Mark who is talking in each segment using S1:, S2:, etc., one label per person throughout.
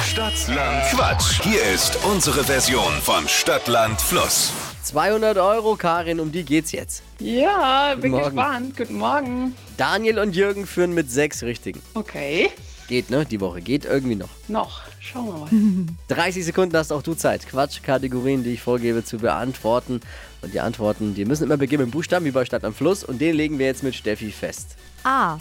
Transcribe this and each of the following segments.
S1: Stadtland Quatsch. Hier ist unsere Version von Stadtland Fluss.
S2: 200 Euro, Karin, um die geht's jetzt.
S3: Ja, bin
S2: Morgen.
S3: gespannt. Guten Morgen.
S2: Daniel und Jürgen führen mit sechs Richtigen.
S3: Okay,
S2: Geht, ne? Die Woche geht irgendwie noch.
S3: noch. Schauen wir mal.
S2: 30 Sekunden hast auch du Zeit, Quatschkategorien, die ich vorgebe, zu beantworten. Und die Antworten, die müssen immer beginnen mit Buchstaben, wie bei Stadt am Fluss. Und den legen wir jetzt mit Steffi fest.
S4: A.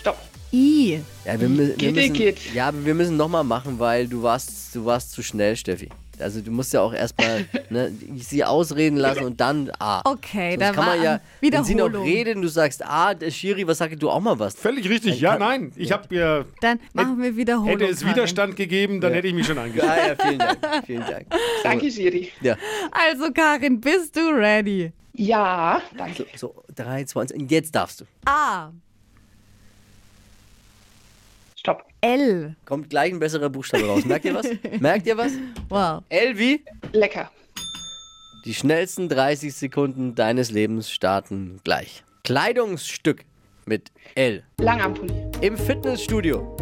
S3: Stopp.
S4: I.
S2: Ja, wir, mü- wir
S3: Geht,
S2: müssen,
S3: geht.
S2: Ja, aber wir müssen nochmal machen, weil du warst, du warst zu schnell, Steffi. Also du musst ja auch erstmal ne, sie ausreden lassen und dann A.
S4: Okay,
S2: Sonst
S4: da
S2: kann
S4: war
S2: man ja,
S4: ein
S2: wenn sie noch
S4: Wiederholung.
S2: reden, du sagst A, der Schiri, was sagt du auch mal was?
S5: Völlig richtig. Ja, nein. Ich habe ihr.
S4: Dann machen wir Wiederholung.
S5: Hätte es
S4: Karin.
S5: Widerstand gegeben, dann hätte ich mich schon angeschaut.
S2: Ah, ja, vielen Dank, vielen Dank.
S3: Danke, Siri.
S2: Ja,
S4: Also, Karin, bist du ready?
S3: Ja, danke.
S2: so 3, 20 und jetzt darfst du.
S4: A.
S3: Stopp.
S4: L.
S2: Kommt gleich ein besserer Buchstabe raus. Merkt ihr was? Merkt ihr was?
S4: Wow.
S2: Elvi,
S3: Lecker.
S2: die schnellsten 30 Sekunden deines Lebens starten gleich. Kleidungsstück mit L.
S3: Lang am Pulli.
S2: Im Fitnessstudio.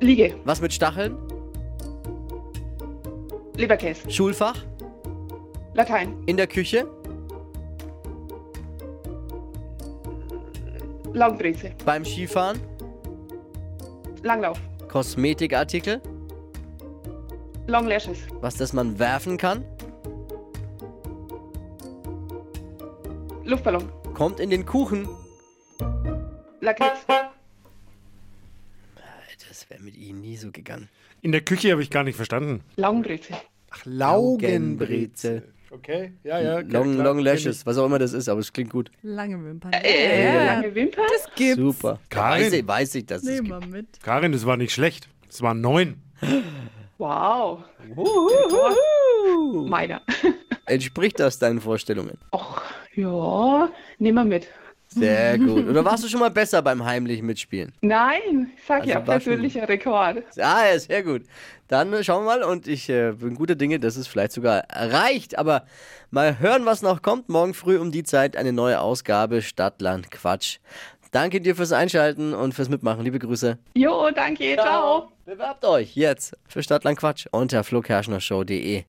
S3: Liege.
S2: Was mit Stacheln?
S3: Leberkäse.
S2: Schulfach?
S3: Latein.
S2: In der Küche?
S3: Laugenbreze.
S2: Beim Skifahren?
S3: Langlauf.
S2: Kosmetikartikel?
S3: Long Lashes.
S2: Was, das man werfen kann?
S3: Luftballon.
S2: Kommt in den Kuchen.
S3: Lakritz.
S2: Das wäre mit Ihnen nie so gegangen.
S5: In der Küche habe ich gar nicht verstanden.
S3: Laugenbreze.
S5: Ach,
S2: Laugenbreze.
S5: Okay, ja, ja. klar,
S2: Long,
S5: klar.
S2: long Lashes, was auch immer das ist, aber es klingt gut.
S4: Lange Wimpern.
S3: Lange Wimpern.
S4: Das gibt's.
S2: Super.
S5: Karin.
S2: Weiß ich, weiß ich, dass es
S4: Nehmen
S2: gibt.
S4: wir mit.
S5: Karin, das war nicht schlecht. Das waren neun.
S3: Wow. Meiner.
S2: Entspricht das deinen Vorstellungen?
S3: Och, ja. Nehmen wir mit.
S2: Sehr gut. Oder warst du schon mal besser beim heimlichen Mitspielen?
S3: Nein, ich sag
S2: Also
S3: ja,
S2: war schon-
S3: persönlicher Rekord.
S2: Ah, ja, sehr gut. Dann äh, schauen wir mal und ich äh, bin guter Dinge, dass es vielleicht sogar reicht. Aber mal hören, was noch kommt. Morgen früh um die Zeit eine neue Ausgabe Stadtland Quatsch. Danke dir fürs Einschalten und fürs Mitmachen. Liebe Grüße.
S3: Jo, danke. Ciao.
S2: Bewerbt euch jetzt für Stadtland Quatsch unter flokerschnershow.de.